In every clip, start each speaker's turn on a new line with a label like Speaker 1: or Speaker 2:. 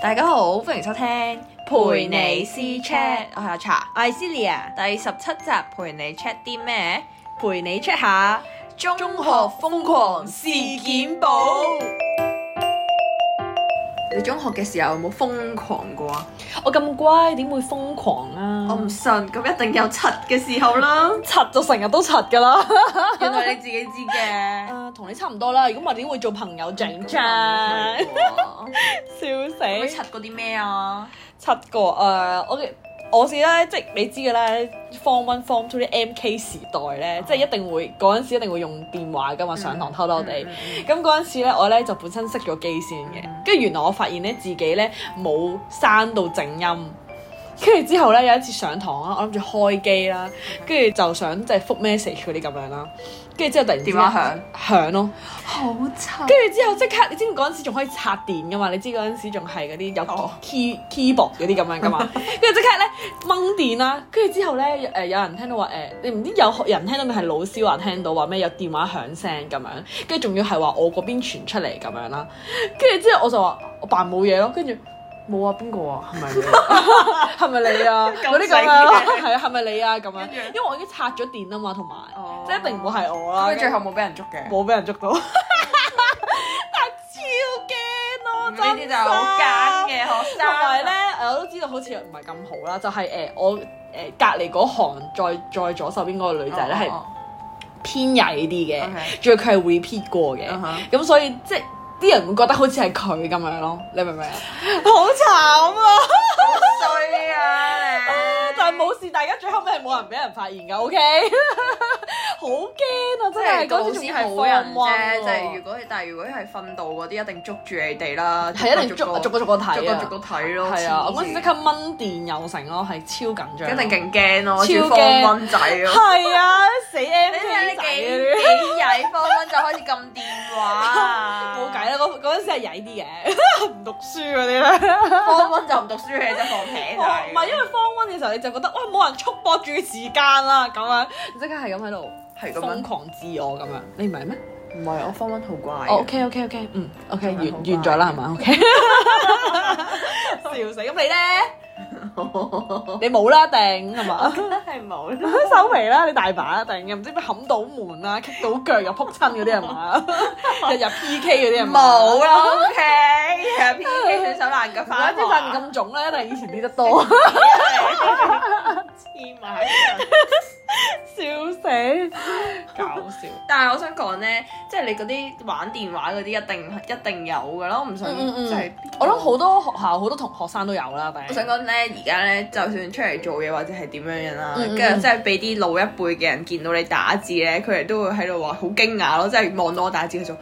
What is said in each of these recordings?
Speaker 1: 大家好，歡迎收聽
Speaker 2: 陪你私 chat
Speaker 1: 我係阿茶。
Speaker 2: 我係 Celia，
Speaker 1: 第十七集陪你 check 啲咩？
Speaker 2: 陪你 check 下
Speaker 1: 中
Speaker 2: 中學
Speaker 1: 學
Speaker 2: 瘋狂事件簿。
Speaker 1: 你中學嘅時候有冇瘋狂過啊？
Speaker 2: 我咁乖，點會瘋狂啊？
Speaker 1: 我唔信，咁一定有柒嘅時候啦。
Speaker 2: 柒就成日都柒噶啦。
Speaker 1: 原來你自己知嘅。
Speaker 2: 誒，啊同你差唔多啦。如果唔係點會做朋友整
Speaker 1: 咁
Speaker 2: 啫？
Speaker 1: 樣
Speaker 2: 笑嗯死！
Speaker 1: 你柒過啲咩啊？
Speaker 2: 柒過誒、呃我嘅我試咧，即係你知嘅咧，form one form two 啲 MK 時代
Speaker 1: 啊
Speaker 2: 咧，即係一定會嗰陣時一定會用電話噶嘛，上堂偷偷地。
Speaker 1: 嗯
Speaker 2: 咁嗰陣時咧，我咧就本身熄咗機先嘅，跟住原來我發現咧自己咧冇閂到靜音，跟住之後咧有一次上堂啦，我諗住開機啦，跟住就想即係覆 message 嗰啲咁樣啦，跟住之後突然之間
Speaker 1: 電話
Speaker 2: 響咯，
Speaker 1: 好柒。
Speaker 2: 跟住之後即刻，你知唔知嗰陣時仲可以插電噶嘛？你知嗰陣時仲係嗰啲有
Speaker 1: 哦
Speaker 2: key keyboard 嗰啲咁樣 噶嘛？跟住即刻咧掹電啦，跟住之後咧誒、有人聽到話誒、你唔知有人聽到定係老師話聽到話咩有電話響聲咁樣，跟住仲要係話我嗰邊傳出嚟咁樣啦，跟住之後我就話我扮冇嘢咯，跟住。冇啊，邊個啊？係咪你 啊？係咪你啊？嗰啲咁樣咯，係啊，係咪你啊？咁 樣，因為我已經拆咗電啊嘛，同埋、
Speaker 1: 哦
Speaker 2: 即係一定唔會係我啦。
Speaker 1: 咁你最後冇俾人捉嘅。
Speaker 2: 冇俾人捉到，但超驚咯！
Speaker 1: 呢啲就係好奸
Speaker 2: 嘅。
Speaker 1: 嘅學生。啊
Speaker 2: 同埋咧，誒我都知道好似唔係咁好啦，就係、誒、我誒、隔離嗰行再再左手邊嗰個女仔咧係
Speaker 1: 哦
Speaker 2: 偏曳啲
Speaker 1: 哦
Speaker 2: 嘅，仲要佢係 repeat 過嘅，
Speaker 1: 嗯
Speaker 2: 咁、
Speaker 1: 哼
Speaker 2: 所以即係啲人會覺得好似係佢咁樣咯，你明唔明啊？好慘啊！
Speaker 1: 衰啊你！
Speaker 2: 但係冇事，大家最後尾係冇人俾人發現㗎，OK？好驚啊！
Speaker 1: 即
Speaker 2: 真
Speaker 1: 係
Speaker 2: 係
Speaker 1: 嗰
Speaker 2: 嗰
Speaker 1: 時
Speaker 2: 時仲
Speaker 1: 係
Speaker 2: 要
Speaker 1: 好人
Speaker 2: 放
Speaker 1: 啫，
Speaker 2: 溫
Speaker 1: 即係
Speaker 2: 喎
Speaker 1: 如果但係如果係訓導嗰啲，一定捉住你哋啦，
Speaker 2: 係一定逐逐個逐個睇
Speaker 1: 逐個
Speaker 2: 啊，
Speaker 1: 逐個睇咯，
Speaker 2: 係啊，我嗰陣時
Speaker 1: 時
Speaker 2: 即刻掹電又成咯，係超緊張，
Speaker 1: 一定勁驚咯，
Speaker 2: 超
Speaker 1: 超
Speaker 2: 驚
Speaker 1: 放温仔咯。
Speaker 2: 係啊，死 M
Speaker 1: 你
Speaker 2: K
Speaker 1: 睇
Speaker 2: 仔
Speaker 1: 你幾
Speaker 2: 嗰啲
Speaker 1: 幾曳，放温就開始撳電話，
Speaker 2: 冇計啦，嗰嗰陣時係曳啲嘅， 唔讀書嗰啲咧，
Speaker 1: 放温就唔讀書嘅啫，放平
Speaker 2: 唔係因為方温嘅時候你就覺得哇冇人束縛住時間啦咁樣，即刻係咁喺度
Speaker 1: 係咁
Speaker 2: 瘋
Speaker 1: 樣，
Speaker 2: 狂自我咁樣，你唔係咩？
Speaker 1: 唔係我放温好乖
Speaker 2: 哦，OK OK OK，嗯，OK 完
Speaker 1: 係咪好
Speaker 2: 完
Speaker 1: 乖
Speaker 2: 咗啦係咪？OK，笑死！咁你咧，
Speaker 1: 嘅，
Speaker 2: 你冇啦定係嘛？
Speaker 1: 係冇啦，
Speaker 2: 收皮啦！你大把一定嘅，唔知咩冚到門啦、棘到腳又撲親嗰啲係 嘛？日日 P K 嗰啲係嘛？
Speaker 1: 冇啦，OK，係 P K 選手爛腳
Speaker 2: 反
Speaker 1: 翻
Speaker 2: 正發
Speaker 1: 學
Speaker 2: 面咁腫咧，一定以前 P 得多，，
Speaker 1: 黐埋。
Speaker 2: 笑死！搞笑，
Speaker 1: 但係我想講咧，即係你嗰啲玩電話嗰啲一定一定有噶啦，我唔想
Speaker 2: 嗯嗯嗯
Speaker 1: 即係
Speaker 2: 我諗好多學校好多同學生都有啦，但
Speaker 1: 我
Speaker 2: 係
Speaker 1: 想講咧，而家咧就算出嚟做嘢或者係點樣樣啦，
Speaker 2: 嗯嗯
Speaker 1: 跟
Speaker 2: 嗯
Speaker 1: 住即係俾啲老一輩嘅人見到你打字咧，佢哋都會喺度話好驚訝咯，即係望到我打字佢就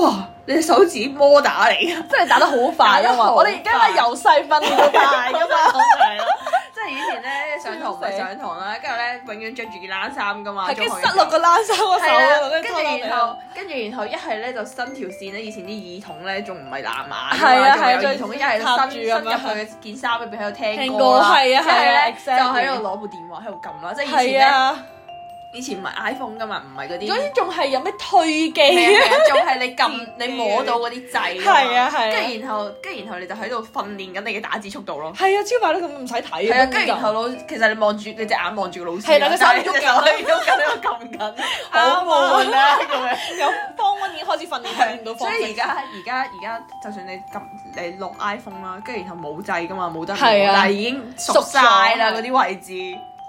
Speaker 1: 哇你隻手指摩打嚟 嘅，
Speaker 2: 真係打得好
Speaker 1: 打
Speaker 2: 快
Speaker 1: 得
Speaker 2: 啊
Speaker 1: 好
Speaker 2: 嘛！我哋而家係由細訓練到大啊噶嘛，
Speaker 1: 即係以前咧上堂唔係上堂啦，跟住咧永遠着住件冷衫噶嘛，
Speaker 2: 係跟住
Speaker 1: 中學嘅
Speaker 2: 塞落個冷衫個手啊
Speaker 1: 係啦
Speaker 2: 度，，
Speaker 1: 跟
Speaker 2: 跟
Speaker 1: 住
Speaker 2: 住然
Speaker 1: 然
Speaker 2: 後
Speaker 1: 後，跟住然後一係咧就伸條線咧，啊以前啲耳筒咧仲唔係藍牙㗎嘛，
Speaker 2: 係啊
Speaker 1: 仲有
Speaker 2: 係啊
Speaker 1: 耳筒，一係
Speaker 2: 插
Speaker 1: 就
Speaker 2: 住
Speaker 1: 伸伸
Speaker 2: 咁樣
Speaker 1: 入去件衫裏邊喺度聽
Speaker 2: 聽
Speaker 1: 歌
Speaker 2: 歌
Speaker 1: 啦，
Speaker 2: 係啊
Speaker 1: 一係咧就
Speaker 2: 係啊
Speaker 1: 喺
Speaker 2: exactly
Speaker 1: 度攞部電話喺度撳啦，即係以前
Speaker 2: 係
Speaker 1: 咧，
Speaker 2: 啊，
Speaker 1: 以前唔係 iPhone 噶嘛，唔係嗰啲啊
Speaker 2: 嗰。啲仲係有咩推機？
Speaker 1: 係啊係啊仲係你撳
Speaker 2: 自己
Speaker 1: 你摸到嗰啲掣嘛，
Speaker 2: 係啊係啊
Speaker 1: 跟住然後跟住然後你就喺度訓練緊你嘅打字速度咯。
Speaker 2: 係啊，超快都咁唔使睇
Speaker 1: 係啊，跟住
Speaker 2: 根本就
Speaker 1: 然後老，其實你望住你隻眼望住個老師，
Speaker 2: 係啦佢手喐緊
Speaker 1: 喐緊，喺度撳 緊， 好
Speaker 2: 啱啊
Speaker 1: 悶啊咁樣。
Speaker 2: 有方温已經開始訓練到方
Speaker 1: 所
Speaker 2: 式
Speaker 1: 以而家而家而家，就算你撳你落 iPhone 啦，跟住然後冇掣噶嘛，冇得
Speaker 2: 係
Speaker 1: 撳，
Speaker 2: 啊
Speaker 1: 但係已經熟晒啦
Speaker 2: 熟
Speaker 1: 嗰
Speaker 2: 咗
Speaker 1: 啲位置。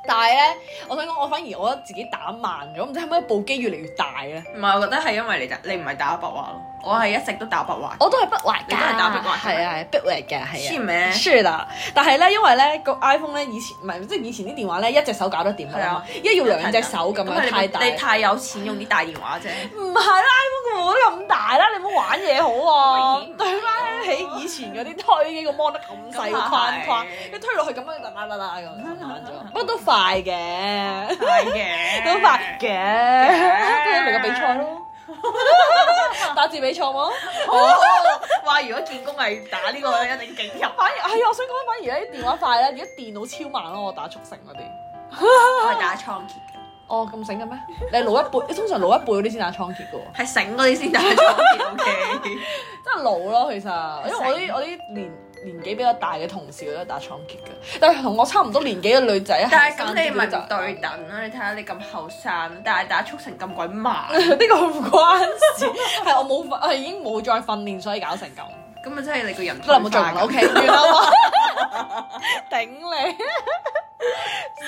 Speaker 2: 但係咧，我想講，我反而我覺得自己打慢咗，唔知係咪部機越嚟越大咧？
Speaker 1: 唔係，我覺得係因為你打你唔係打白話咯，我係一直都打白話。
Speaker 2: 我都係不滑㗎，
Speaker 1: 你都係打筆畫㗎
Speaker 2: 係啊，係筆滑嘅，係
Speaker 1: 黐
Speaker 2: 啊。
Speaker 1: 咩？
Speaker 2: 是啦，但係咧，因為咧個 iPhone 咧以前唔係即係以前啲電話咧一隻手搞得掂㗎
Speaker 1: 係
Speaker 2: 嘛
Speaker 1: 啊，
Speaker 2: 而家要兩隻手咁樣太大
Speaker 1: 你。你太有錢用啲大電話啫。
Speaker 2: 唔係啦，iPhone 個模都咁大啦，你唔好玩嘢好
Speaker 1: 好
Speaker 2: 啊
Speaker 1: 危險！
Speaker 2: 對翻起以前嗰啲推機個 mon 得咁細個框框
Speaker 1: 哦咁係，
Speaker 2: 佢推落去咁樣就啦 啦啦咁樣玩咗，不過都快嘅。
Speaker 1: 係嘅
Speaker 2: 都白嘅，跟住嚟個比賽咯，打字比賽冇。
Speaker 1: 好哇！如果見工係打呢個，一定勁入。
Speaker 2: 反而係啊，我想講反而咧啲電話快咧，而家電腦超慢咯，我打速成嗰啲。
Speaker 1: 我係打倉頡嘅，
Speaker 2: 哦，咁醒嘅咩？你係老一輩，通常老一輩嗰啲先打倉頡嘅喎，
Speaker 1: 係醒嗰啲先打倉頡。O K。
Speaker 2: 真係老咯其實，因為我啲我啲年年紀比較大嘅同事佢都打倉頡嘅，但係同我差唔多年紀嘅女仔，
Speaker 1: 但係咁你咪唔
Speaker 2: 後生啲
Speaker 1: 對
Speaker 2: 就
Speaker 1: 等啦！你睇下你咁後生，但係打速成咁鬼慢，
Speaker 2: 呢個唔關事，係我冇訓，我已經冇再訓練，所以搞成咁。
Speaker 1: 咁咪真係你個人
Speaker 2: 得啦，冇做啦
Speaker 1: 退化緊
Speaker 2: ，OK，完啦 喎，頂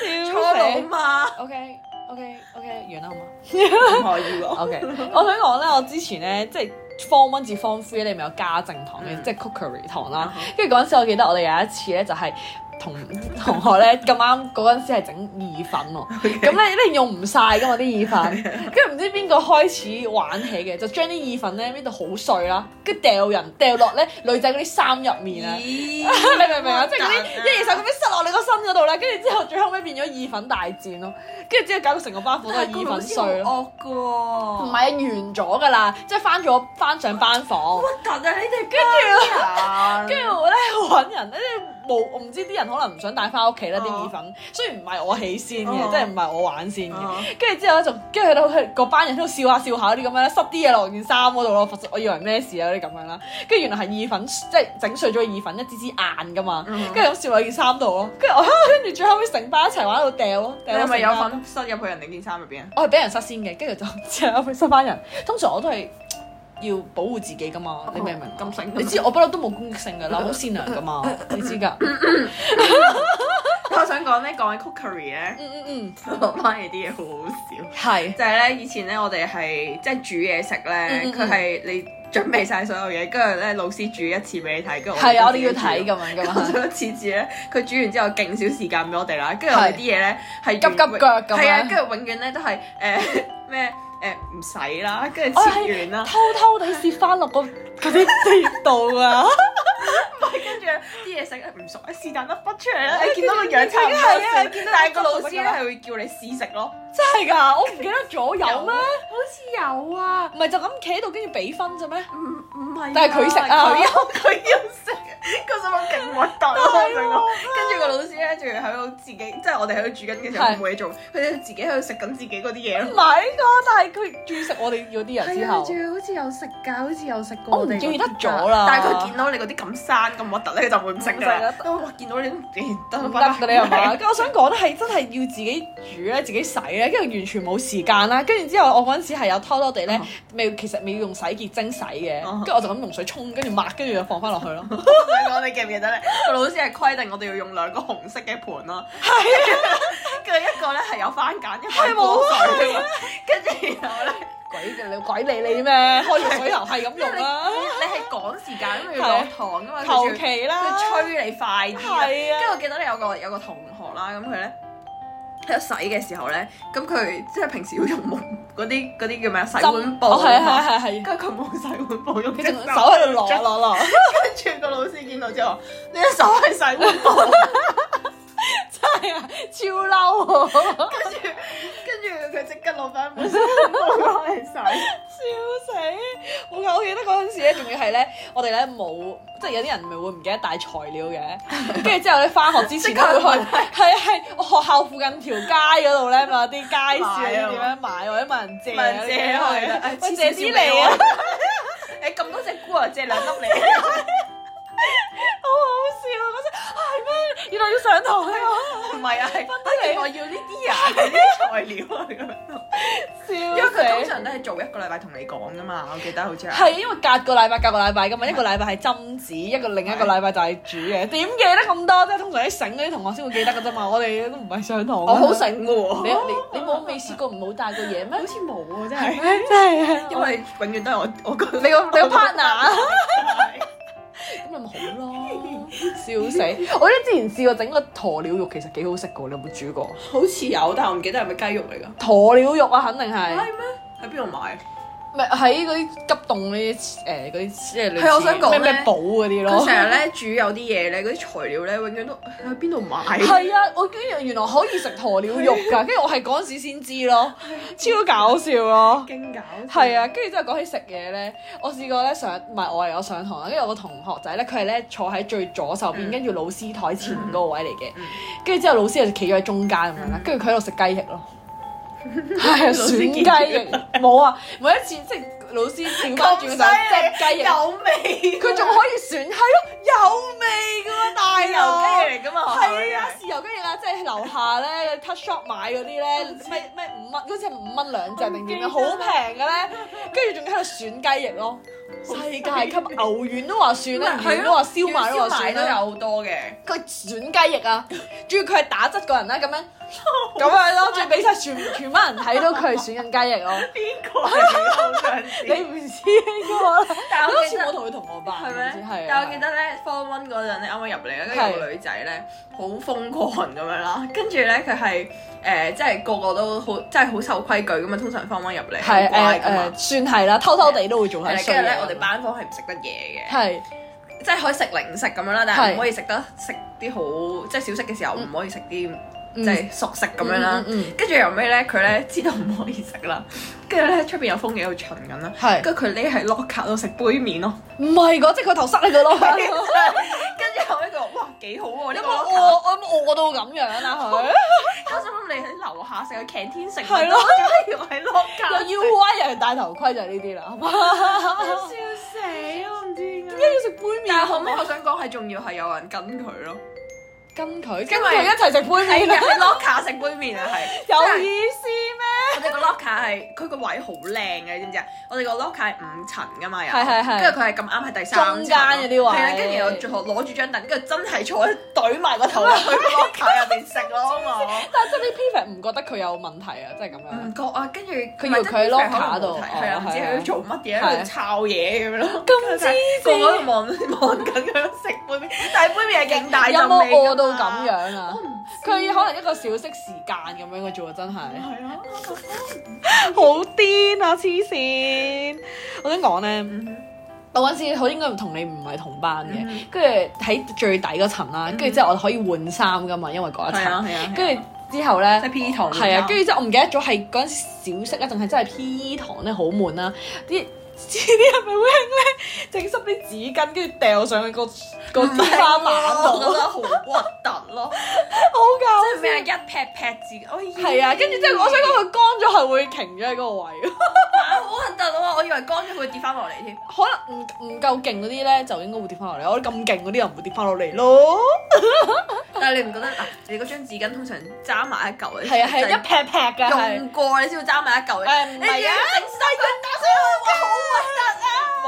Speaker 2: 你，笑
Speaker 1: 初老
Speaker 2: 死
Speaker 1: 嘛，
Speaker 2: ，OK。OK OK，完啦好嘛
Speaker 1: 唔可以喎。
Speaker 2: ？OK，我想講咧，我之前咧即係 form one 至 form three 你咪有家政堂嘅，
Speaker 1: 嗯
Speaker 2: 即係 cookery 堂啦。跟住嗰陣時，我記得我哋有一次咧，就係同同學咧咁啱嗰陣時係整意粉 喎。咁咧一定用唔晒噶嘛啲意 粉，跟住唔知邊個開始玩起嘅，就將啲意粉咧呢度好碎啦，跟住掉人掉落咧女仔嗰啲衫入面啊。
Speaker 1: 咦
Speaker 2: 你明唔明啊？即係嗰啲
Speaker 1: 蛋啊
Speaker 2: 一二手咁樣塞落你個身嗰度咧，跟住之後最後尾變咗意粉大戰咯，跟住之後搞到成個班房都係意粉碎咯。
Speaker 1: 惡噶
Speaker 2: 唔
Speaker 1: 喎，
Speaker 2: 係啊，完咗噶啦，即係翻咗翻上班房
Speaker 1: 核，突啊！你哋跟住
Speaker 2: 跟住我咧揾人咧冇，我唔知啲人可能唔想帶翻屋企啦啲意粉，雖然唔係我起先嘅，
Speaker 1: 哦
Speaker 2: 即係唔係我玩先嘅。
Speaker 1: 跟
Speaker 2: 跟住之後咧，就跟住去到佢嗰班人喺度笑下笑下嗰啲咁樣咧，塞啲嘢落件衫嗰度咯。我以為咩事啊嗰啲咁樣啦，跟住原來係意粉，即係整碎咗意粉一支支硬噶嘛，
Speaker 1: 嗯
Speaker 2: 跟住咁笑落件衫度咯。跟住我 跟住最後尾成班一齊玩喺度掉咯，
Speaker 1: 住
Speaker 2: 掉
Speaker 1: 你係
Speaker 2: 咯
Speaker 1: 咪有啊
Speaker 2: 成班？
Speaker 1: 份塞入去人哋件衫入邊啊？
Speaker 2: 我係俾人塞先嘅，跟住就 之後尾塞翻人。通常我都係要保護自己噶嘛，你明唔明啊？
Speaker 1: 咁醒，
Speaker 2: 你知我不嬲都冇攻擊性噶啦，好善良噶 嘛，你知㗎。嗯
Speaker 1: 我想講咧，講起 cookery 咧，
Speaker 2: 嗯嗯，
Speaker 1: 我媽嘢啲嘢好好笑。
Speaker 2: 係
Speaker 1: 就係咧，以前咧我哋係即係煮嘢食咧
Speaker 2: 嗯嗯，
Speaker 1: 佢係你準備晒所有嘢，跟住咧老師煮一次俾你睇，跟住
Speaker 2: 係啊，我哋
Speaker 1: 自己
Speaker 2: 要
Speaker 1: 煮
Speaker 2: 睇咁樣噶嘛。
Speaker 1: 咁次次咧，佢煮完之後勁少時間俾我哋啦，跟住我哋啲嘢咧係
Speaker 2: 急急腳咁樣
Speaker 1: 係啊，跟住永遠咧都係誒咩誒唔使啦，跟住
Speaker 2: 我
Speaker 1: 切完啦，
Speaker 2: 偷偷地攝翻落個啊 嗰啲碟度啊！
Speaker 1: 跟住啲嘢食咧唔熟，誒是但粒筆出嚟啦，你哎見到個樣差唔
Speaker 2: 係啊係啊
Speaker 1: 多
Speaker 2: 見
Speaker 1: 先
Speaker 2: 到，
Speaker 1: 但係個
Speaker 2: 個
Speaker 1: 老師咧
Speaker 2: 樣
Speaker 1: 係會叫你試食咯，啊
Speaker 2: 真係㗎，我唔記得咗有啊咩？
Speaker 1: 好似有啊，
Speaker 2: 唔係就咁企喺度跟住俾分啫咩？
Speaker 1: 唔唔係啊，
Speaker 2: 但係佢食啊
Speaker 1: 佢要佢要食，佢想講勁核突咯，我啊想講跟住個老師咧，仲要喺度自己，即係我哋喺度煮緊嘅時候
Speaker 2: 係
Speaker 1: 冇嘢做，佢哋自己喺度食緊自己嗰啲嘢
Speaker 2: 唔
Speaker 1: 咯。
Speaker 2: 係㗎，但係佢注食我哋嗰啲人之後，
Speaker 1: 啊要好似有食㗎，好似有食過
Speaker 2: 我唔
Speaker 1: 哋嗰啲
Speaker 2: 記得咗
Speaker 1: 㗎
Speaker 2: 啦
Speaker 1: 但係佢見到你嗰啲咁生咁核突咧，佢就會唔食㗎啦
Speaker 2: 唔食。
Speaker 1: 因為哇，見到你都
Speaker 2: 唔
Speaker 1: 唔
Speaker 2: 得㗎你係嘛？跟住我想講咧，係真係要自己煮咧，自己洗咧，跟住完全冇時間啦。跟住之後，我嗰陣時係有偷偷地咧
Speaker 1: 嗯，
Speaker 2: 未其實未用洗潔精洗嘅，
Speaker 1: 嗯
Speaker 2: 跟住我就咁用水沖，跟住抹，跟住就放翻落去咯。
Speaker 1: 想講你記唔記得咧？個老師係規定我哋要用兩個紅色嘅盤咯。係啊，跟住一個咧係有番梘，一個係
Speaker 2: 係冇啊
Speaker 1: 過水㗎嘛跟住然後咧。
Speaker 2: 鬼嘅你鬼理 你咩？開完水喉係咁用啊啦，
Speaker 1: 你係趕時間，因為要落堂噶嘛，
Speaker 2: 求
Speaker 1: 佢仲
Speaker 2: 其
Speaker 1: 要
Speaker 2: 啦。
Speaker 1: 佢催你快啲啦。
Speaker 2: 係啊
Speaker 1: 跟住我記得你有個有個同學啦，咁佢咧喺度洗嘅時候咧，咁佢即係平時要用木嗰啲嗰啲叫咩啊洗碗布
Speaker 2: 哦，係
Speaker 1: 啊
Speaker 2: 係
Speaker 1: 嘛，
Speaker 2: 係係，
Speaker 1: 跟住佢冇洗碗布，用
Speaker 2: 佢
Speaker 1: 隻
Speaker 2: 仲手喺度攞
Speaker 1: 捽
Speaker 2: 攞 攞。
Speaker 1: 跟住個老師見到之後，你隻手係洗碗布，
Speaker 2: 係啊，超嬲啊！
Speaker 1: 跟住跟住佢即刻攞翻本洗碗布攞嚟 洗。
Speaker 2: 笑死！我我記得嗰陣時咧，仲要係咧，我哋咧冇，即係有啲人咪會唔記得帶材料 嘅，跟住之後咧翻學之前
Speaker 1: 即刻
Speaker 2: 都
Speaker 1: 去
Speaker 2: 會去，係係我學校附近條街嗰度咧，咪有啲街市
Speaker 1: 買啊
Speaker 2: 嗰啲點樣買，或者問人借，
Speaker 1: 問人借啊係啊
Speaker 2: 喂
Speaker 1: 黐
Speaker 2: 借
Speaker 1: 線
Speaker 2: 啲嚟啊！
Speaker 1: 你咁多隻菇啊，借兩粒你。
Speaker 2: 好好笑啊！嗰陣啊係咩？原來要上堂啊！哎
Speaker 1: 唔係啊，係
Speaker 2: 嚟
Speaker 1: 原來要呢啲啊，呢啲材料啊咁樣。因為佢
Speaker 2: 笑
Speaker 1: 通
Speaker 2: 死！
Speaker 1: 常都係做一個禮拜同你講噶嘛，我記得好似係。
Speaker 2: 係因為隔個禮拜隔個禮拜噶嘛，啊一個禮拜係針紙，一個另一個禮拜就係煮嘅。點記得咁多啫？通常啲醒嗰啲同學先會記得噶啫嘛。我哋都唔係上堂。啊
Speaker 1: 我好 醒嘅喎，
Speaker 2: 你你你冇未試過唔好帶個嘢咩？
Speaker 1: 似冇啊，真係。
Speaker 2: 真係啊！
Speaker 1: 因為永遠都係我我個
Speaker 2: 你個你個 partner
Speaker 1: 係
Speaker 2: 咁咪好 咯，笑死！我咧之前試過整個鴕鳥肉，其實幾好食噶，你有冇煮過？
Speaker 1: 好似有，但係我唔記得係咪雞肉嚟㗎。
Speaker 2: 鴕鳥肉啊，肯定係，
Speaker 1: 咩？喺邊度買？
Speaker 2: 咪喺嗰啲急凍嗰啲誒嗰啲即係類似
Speaker 1: 係我想講
Speaker 2: 咩
Speaker 1: 咧
Speaker 2: 咩寶嗰啲
Speaker 1: 佢
Speaker 2: 咯。
Speaker 1: 成日咧煮有啲嘢咧，嗰啲材料咧，永遠都喺邊度買？
Speaker 2: 係啊，我跟住原來可以食鴕鳥肉 㗎，跟住我係嗰陣時先知咯，超搞笑咯。
Speaker 1: 勁搞笑。
Speaker 2: 係啊，跟住之後講起食嘢咧，我試過咧上唔係我嚟，我上堂啦，跟住我個同學仔咧，佢係咧坐喺最左手邊，
Speaker 1: 嗯
Speaker 2: 跟住老師台前嗰個位嚟嘅
Speaker 1: 嗯，
Speaker 2: 跟住之後老師就企咗喺中間咁樣啦， 跟住佢喺度食雞翼咯，係啊，
Speaker 1: 老師
Speaker 2: 選
Speaker 1: 見
Speaker 2: 雞
Speaker 1: 住
Speaker 2: 翼冇啊，每一次即係老師調
Speaker 1: 咁
Speaker 2: 翻轉
Speaker 1: 犀
Speaker 2: 就
Speaker 1: 利
Speaker 2: 隻雞翼，
Speaker 1: 有味，
Speaker 2: 佢仲可以選係咯，有味噶喎大佬。
Speaker 1: 油雞翼嚟噶嘛？
Speaker 2: 係啊，豉油雞翼啊，即係樓下咧 touch shop 買嗰啲咧，咩咩五蚊，好似係五蚊兩隻定點樣，啊好平嘅咧。跟住仲喺度選雞翼咯，世界級牛丸都話算啦，魚都話燒賣都話算
Speaker 1: 都有
Speaker 2: 啦。
Speaker 1: 好多嘅，
Speaker 2: 佢選雞翼啊，仲要佢係打側個人啦，啊咁樣咁樣 咯，仲要俾晒全全班人睇到佢係選緊雞翼咯。
Speaker 1: 邊個嚟好想知
Speaker 2: 你唔知呢個啦，
Speaker 1: 但係
Speaker 2: 好
Speaker 1: 我
Speaker 2: 似
Speaker 1: 記得
Speaker 2: 冇同佢同學班，
Speaker 1: 係
Speaker 2: 唔知
Speaker 1: 咩？
Speaker 2: 係啊
Speaker 1: 但係我記得咧，form one 嗰陣咧，啱啱入嚟咧，跟住有個女仔咧，好瘋狂咁樣啦，跟住咧佢係誒，即係個個都好，即係好守規矩咁嘛。通常 form one 入嚟好
Speaker 2: 係
Speaker 1: 乖
Speaker 2: 誒
Speaker 1: 噶嘛
Speaker 2: 誒，。算係啦，偷偷地都會做下
Speaker 1: 係啦
Speaker 2: 衰
Speaker 1: 跟
Speaker 2: 嘢
Speaker 1: 住咧，我哋班房係唔食得嘢嘅，
Speaker 2: 係
Speaker 1: 即係可以食零食咁樣啦，但係
Speaker 2: 係
Speaker 1: 唔可以食得食啲好即係小食嘅時候唔可以食啲
Speaker 2: 嗯
Speaker 1: 即係熟食咁樣啦
Speaker 2: 嗯嗯嗯。
Speaker 1: 跟住後尾咧，佢咧 知道唔可以食啦，跟住咧出邊有風景喺度巡緊啦，
Speaker 2: 係
Speaker 1: 啊跟住佢匿喺 locker 度食杯麵咯。
Speaker 2: 唔係嗰即係佢頭塞你 個窿，
Speaker 1: 跟住後尾佢話：哇，幾好喎！呢
Speaker 2: 有
Speaker 1: 個
Speaker 2: 冇
Speaker 1: locker
Speaker 2: 餓？我冇餓到咁樣啊
Speaker 1: 我心諗你喺樓下成個 canteen 食，
Speaker 2: 係
Speaker 1: 係
Speaker 2: 咯
Speaker 1: 咯，仲要喺 locker
Speaker 2: 佢，又要歪又要戴頭盔就係呢啲啦，係嘛？
Speaker 1: 笑死我唔知點解。
Speaker 2: 跟住食杯麵，
Speaker 1: 但係後尾我想講係仲要係有人跟佢 咯，
Speaker 2: 跟佢，跟佢一齊食杯
Speaker 1: 係啊
Speaker 2: 麵
Speaker 1: 嘅，喺 locker 食杯麵啊，係
Speaker 2: 有意思咩？
Speaker 1: 我哋個 locker 係佢個位好靚嘅，你知唔知啊？我哋個 locker 係五層噶嘛，有
Speaker 2: 係係係
Speaker 1: 跟住佢係咁啱喺第三層
Speaker 2: 中間嗰啲位
Speaker 1: 係啦，跟住我坐攞住張凳，跟住真係坐喺懟埋個頭落去個 locker 入邊食咯，好冇
Speaker 2: 但係真係 Peter 唔覺得佢有問題啊，即係咁樣。
Speaker 1: 唔覺啊，跟住
Speaker 2: 佢以為佢喺 locker 度
Speaker 1: 係啊，
Speaker 2: 哦
Speaker 1: 唔知
Speaker 2: 係啊
Speaker 1: 佢做乜嘢喺
Speaker 2: 係
Speaker 1: 度抄嘢咁樣咯。
Speaker 2: 咁黐線
Speaker 1: 個個喺度望 望緊佢食杯 麵，但係杯麵係勁大
Speaker 2: 有
Speaker 1: 陣
Speaker 2: 冇
Speaker 1: 味㗎嘛
Speaker 2: 餓到咁？樣啊
Speaker 1: 我？唔知
Speaker 2: 佢可能一個小息時間咁樣嘅啫喎，真
Speaker 1: 係
Speaker 2: 係。
Speaker 1: 啊咯，
Speaker 2: 好癲啊！黐線，我想講咧，
Speaker 1: 嗯
Speaker 2: 我嗰陣時好應該同你唔係同班
Speaker 1: 嗯
Speaker 2: 嘅，跟住喺最底嗰層啦，跟住之後我可以換衫噶嘛，因為嗰一
Speaker 1: 係啊
Speaker 2: 層，
Speaker 1: 係啊，
Speaker 2: 跟住之後
Speaker 1: 即係
Speaker 2: 咧。
Speaker 1: P 堂
Speaker 2: 係啊，跟住之後我唔記得咗係嗰陣時小息啊咧，定係真係 P.E. 堂咧好悶啦，啲 啲人咪會咧整濕啲紙巾，跟住掉上去個個天花板
Speaker 1: 我覺
Speaker 2: 度，
Speaker 1: 得啊好核突 咯，
Speaker 2: 好搞
Speaker 1: 即係咩啊一劈劈自己，哎呀
Speaker 2: 係啊，跟住之後我想講佢乾咗係會停咗喺嗰個位。
Speaker 1: 啊好核突啊！我以為乾咗佢會跌翻落嚟添，
Speaker 2: 可能唔唔夠勁嗰啲咧，就應該會跌翻落嚟。我覺得咁勁嗰啲又唔會跌翻落嚟咯。
Speaker 1: 但係你唔覺得嗱？你嗰張紙巾通常揸埋一嚿嘅，
Speaker 2: 係啊係啊，一劈劈㗎係。
Speaker 1: 用過你先會揸埋一嚿嘅。哎
Speaker 2: 誒唔
Speaker 1: 你
Speaker 2: 係啊，
Speaker 1: 整濕佢打上去，哇好核突啊！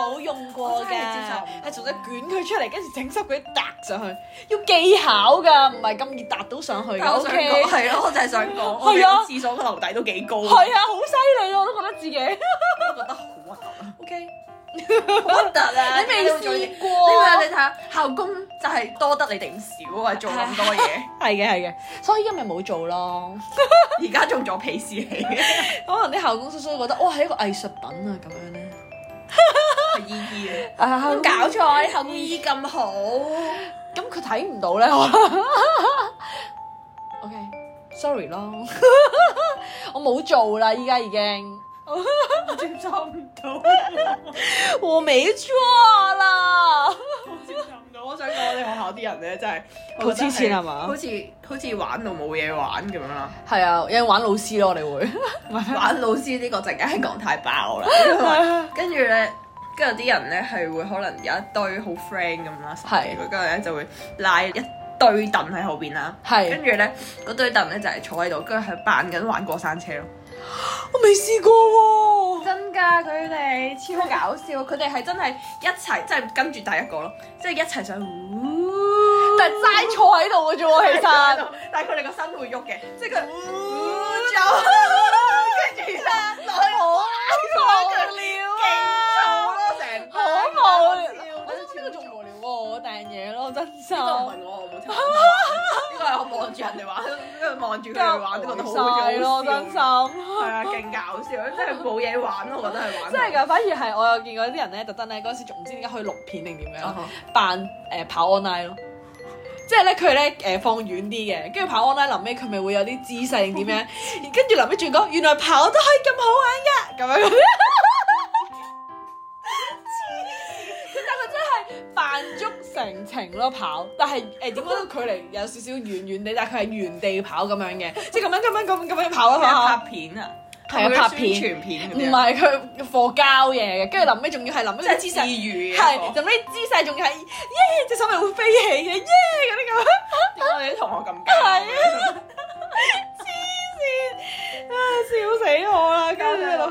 Speaker 2: 冇用過
Speaker 1: 我
Speaker 2: 嘅
Speaker 1: 真係接受唔，到
Speaker 2: 係仲使捲佢出嚟，跟住整濕佢揼上去，要技巧㗎，唔係咁易揼到上去
Speaker 1: 但
Speaker 2: 㗎。
Speaker 1: 我
Speaker 2: O
Speaker 1: 想
Speaker 2: K，
Speaker 1: 講係咯，我就係想講，我哋
Speaker 2: 係啊
Speaker 1: 個廁所個樓底都幾高，我
Speaker 2: 係啊，好犀利啊！我都覺得自 己。
Speaker 1: 覺得好核突啊，
Speaker 2: O K，
Speaker 1: 好核突啊！
Speaker 2: 你未試
Speaker 1: 你睇
Speaker 2: 過？
Speaker 1: 你睇下，校工就係多得你哋唔少啊，做咁多 嘢，
Speaker 2: 係嘅係嘅，所以依家咪冇做咯。
Speaker 1: 而家仲做鄙視你嘅。
Speaker 2: 可能啲校工叔叔覺得哇係一個藝術品啊咁樣咧。
Speaker 1: 係姨姨嘅，
Speaker 2: 啊校工
Speaker 1: 錯啊！你後面姨咁好，
Speaker 2: 咁佢睇唔到咧，可能。OK，sorry 咯， 我冇做啦，依家已經。
Speaker 1: 我接受唔到，
Speaker 2: 我沒錯啦。
Speaker 1: 我接受唔到。我想講我哋學校啲人咧，真係
Speaker 2: 好黐線啊係嘛
Speaker 1: 好似好似玩到冇嘢玩咁樣啦，
Speaker 2: 係啊，有人玩老師咯，我哋會。
Speaker 1: 玩老師呢個陣間係講太爆啦。 跟住咧，跟住有啲人咧係會可能有一堆好 friend 咁啦，十幾個跟住咧就會拉一堆凳喺後邊啦。跟
Speaker 2: 係，
Speaker 1: 住咧，嗰堆凳咧就係坐喺度，跟住係扮緊玩過山車咯。
Speaker 2: 我未試過喎、
Speaker 1: 真㗎，佢哋超搞笑，佢哋係真係一齊，即係跟住第一個咯，即係一齊上。
Speaker 2: 但係齋坐喺度嘅啫喎， 其實。，
Speaker 1: 但係佢哋個身會喐嘅，即係佢嗯跟住
Speaker 2: 好無聊啊！
Speaker 1: 成
Speaker 2: 好無聊，我真係呢個仲無聊喎，我訂嘢咯，真心。
Speaker 1: 呢個唔係我，我冇參與。呢個係我望住人哋玩，跟住望住佢哋玩，覺得好好
Speaker 2: 晒咯，真心。
Speaker 1: 係啊，勁搞笑，真係冇嘢玩咯，我覺得係玩。
Speaker 2: 真係㗎，反而係我有見過啲人咧，特登咧嗰陣時仲唔知點解可以錄片定點樣
Speaker 1: 啊
Speaker 2: 咯，扮誒、呃跑 online 咯。即係咧，佢咧誒放遠啲嘅，跟住跑 online 臨尾佢咪會有啲姿勢定 點樣，跟住臨尾仲講原來跑都可以咁好玩㗎，咁樣。但佢真係扮足成程咯跑，但係呃誒點講咧，距離有少少遠遠地，但係佢係原地跑咁樣嘅，即係咁樣咁樣咁樣咁樣跑
Speaker 1: 我
Speaker 2: 咯跑。
Speaker 1: 拍片啊，
Speaker 2: 係啊
Speaker 1: 係咪嗰啲
Speaker 2: 拍片
Speaker 1: 宣傳片嗰
Speaker 2: 唔
Speaker 1: 啲啊，
Speaker 2: 係佢課膠嘢嘅，跟住臨尾仲要係臨尾個
Speaker 1: 即
Speaker 2: 姿
Speaker 1: 係
Speaker 2: 勢，
Speaker 1: 治愈嘅
Speaker 2: 係
Speaker 1: 一個。
Speaker 2: 臨尾姿勢仲要係耶隻手咪會飛起嘅耶嗰啲咁。
Speaker 1: 點解你啲同學咁
Speaker 2: 係啊
Speaker 1: 勁？
Speaker 2: 啊！笑死我啦！跟住就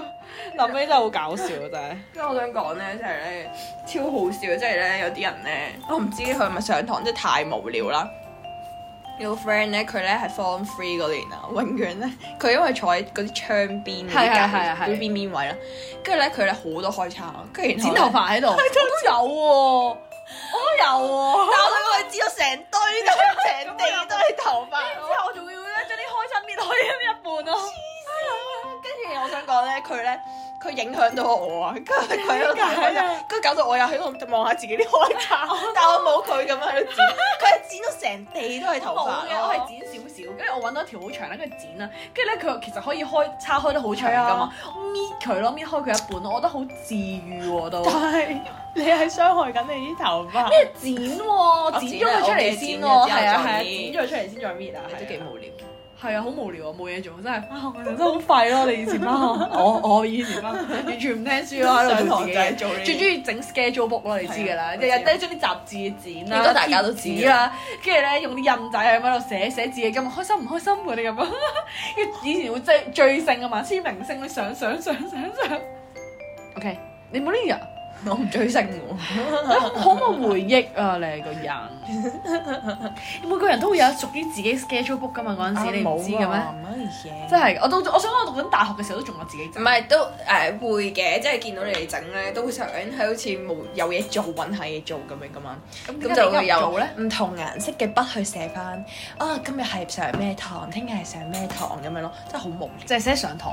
Speaker 2: 諗起真係好搞笑啊真係。
Speaker 1: 跟住我想講咧，就係咧超好笑，即係咧有啲人咧，我唔知佢係咪上堂即係太無聊啦。有個 friend 咧，佢咧係 form three 嗰年啊，永遠咧佢因為坐喺嗰啲窗邊
Speaker 2: 係係
Speaker 1: 嗰
Speaker 2: 係係
Speaker 1: 啲邊邊位啦，跟住咧佢咧好多開叉，跟住然後
Speaker 2: 剪
Speaker 1: 呢
Speaker 2: 頭 髮喺度，我都有喎，我都有喎。
Speaker 1: 但我想講佢知道成堆都係成地都係頭髮
Speaker 2: 之後我仲要咧將啲開心搣開一半咯。
Speaker 1: 跟住我想講咧，佢咧佢影響到我啊，跟住佢喺度大開
Speaker 2: 點解啊
Speaker 1: 眼，跟住搞到我又喺度望下自己啲開叉，但我冇佢咁樣喺度剪，佢係剪到成地都係頭
Speaker 2: 我
Speaker 1: 髮啊咯
Speaker 2: 冇嘅，我係剪少少，跟住我揾到一條好長咧，跟住剪啦，跟住咧佢其實可以開叉開得好長噶嘛，我搣佢咯，搣開佢一半咯，我覺得好治愈喎 都。
Speaker 1: 但係你係傷害緊你啲頭髮，
Speaker 2: 剪喎，剪咗佢出嚟先喎，係啊係啊，剪咗佢出嚟先再搣啊，
Speaker 1: 都幾無聊。
Speaker 2: 係啊，好無聊啊，冇嘢做，真係翻學 嗰陣真係好廢咯！你以前翻學， 我我以前翻學完全唔聽書咯，喺度
Speaker 1: 上
Speaker 2: 做
Speaker 1: 堂就
Speaker 2: 自己嘢
Speaker 1: 係做呢啲
Speaker 2: 最中意整 schedule book 咯，你知㗎啦，
Speaker 1: 係啊
Speaker 2: 日日都係將啲雜誌剪啦，
Speaker 1: 應該大家都知
Speaker 2: 貼紙啦，跟住咧用啲印仔喺度寫寫自己今日開心唔開心嗰啲咁 樣，跟住以前會追追星啊嘛，黐明星你上上上上上，OK，你冇呢人，
Speaker 1: 我唔追星喎，
Speaker 2: 好冇回憶啊！你個人， 每個人都會有屬於自己 schedule book 㗎嘛，
Speaker 1: 啊
Speaker 2: 嗰陣時你唔知嘅咩？
Speaker 1: 咩
Speaker 2: 真係，我到我想講我讀緊大學嘅時候都仲有自己
Speaker 1: 唔
Speaker 2: 整。
Speaker 1: 係都誒、會嘅，即係見到你哋整咧，都會想係好似冇有嘢做揾下嘢做咁樣噶嘛。咁就會有
Speaker 2: 咧。
Speaker 1: 唔同顏色嘅筆去寫翻。啊，今日係上咩堂，聽日係上咩堂咁樣咯，真係好無聊。
Speaker 2: 就係寫上堂。